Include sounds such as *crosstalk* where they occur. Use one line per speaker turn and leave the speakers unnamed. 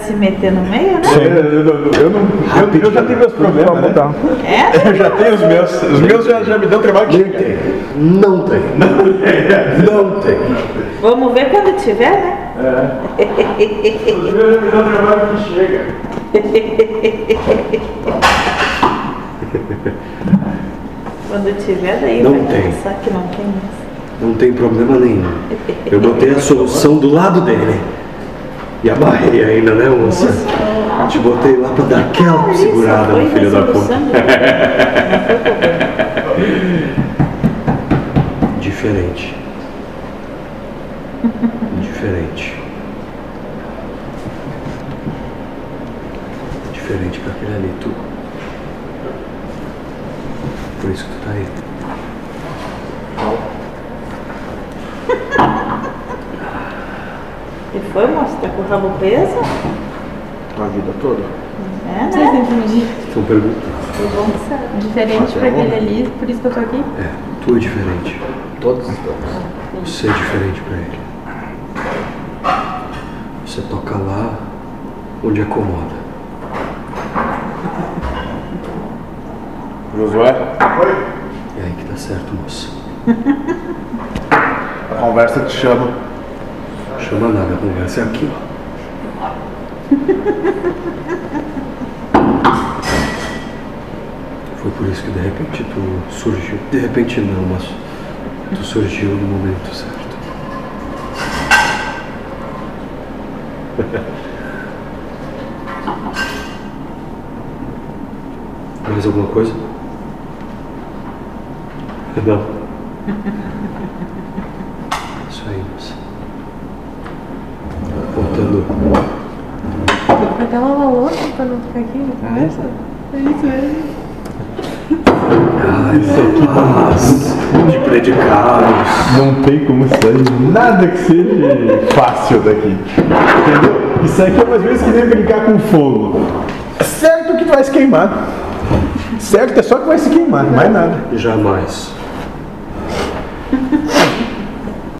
se meter no meio, né?
Eu, eu, eu- eu não, eu, eu já tenho meus problemas, né?
mudar.
É?
Eu já tenho os meus. Os meus já, já me dão trabalho que
Nem
chega.
tem. Não tem. Não tem.
Vamos ver quando tiver, né?
É.
Os meus já me dão trabalho que chega.
Quando tiver, daí
Não
vai
tem.
pensar que não tem isso.
Não tem problema nenhum. Eu botei a solução do lado dele. E amarrei ainda, né, moça? Te botei lá pra dar aquela
Ah, Isso
segurada
foi
no filho da
resolução
puta.
de-
Diferente. Diferente. Diferente pra aquele ali, tu. Por isso que tu tá aí.
E foi, moço? Tá com o rabo preso?
A vida toda.
É, né?
Vocês entendem?
Estão perguntando.
Vamos saber.
Diferente pra aquele ali, por isso que eu tô aqui.
É, tu é diferente.
Todos estamos.
Você é diferente pra ele. Você toca lá onde acomoda.
Josué,
É aí que tá certo, moça.
a conversa te chama.
Chama nada, a conversa é aqui, ó. Foi por isso que de repente tu surgiu. De repente não, mas tu surgiu no momento certo. *laughs* Mais alguma coisa? Não. *laughs* Isso aí, moça. Voltando.
Até lavar louça pra não ficar aqui na conversa. É isso mesmo.
Ai, Tomás, é um de predicados.
Não tem como sair nada que seja fácil daqui. Entendeu? Isso aqui é mais vezes que nem brincar com fogo. Certo que tu vai se queimar. Certo é só que vai se queimar, mais nada.
Jamais.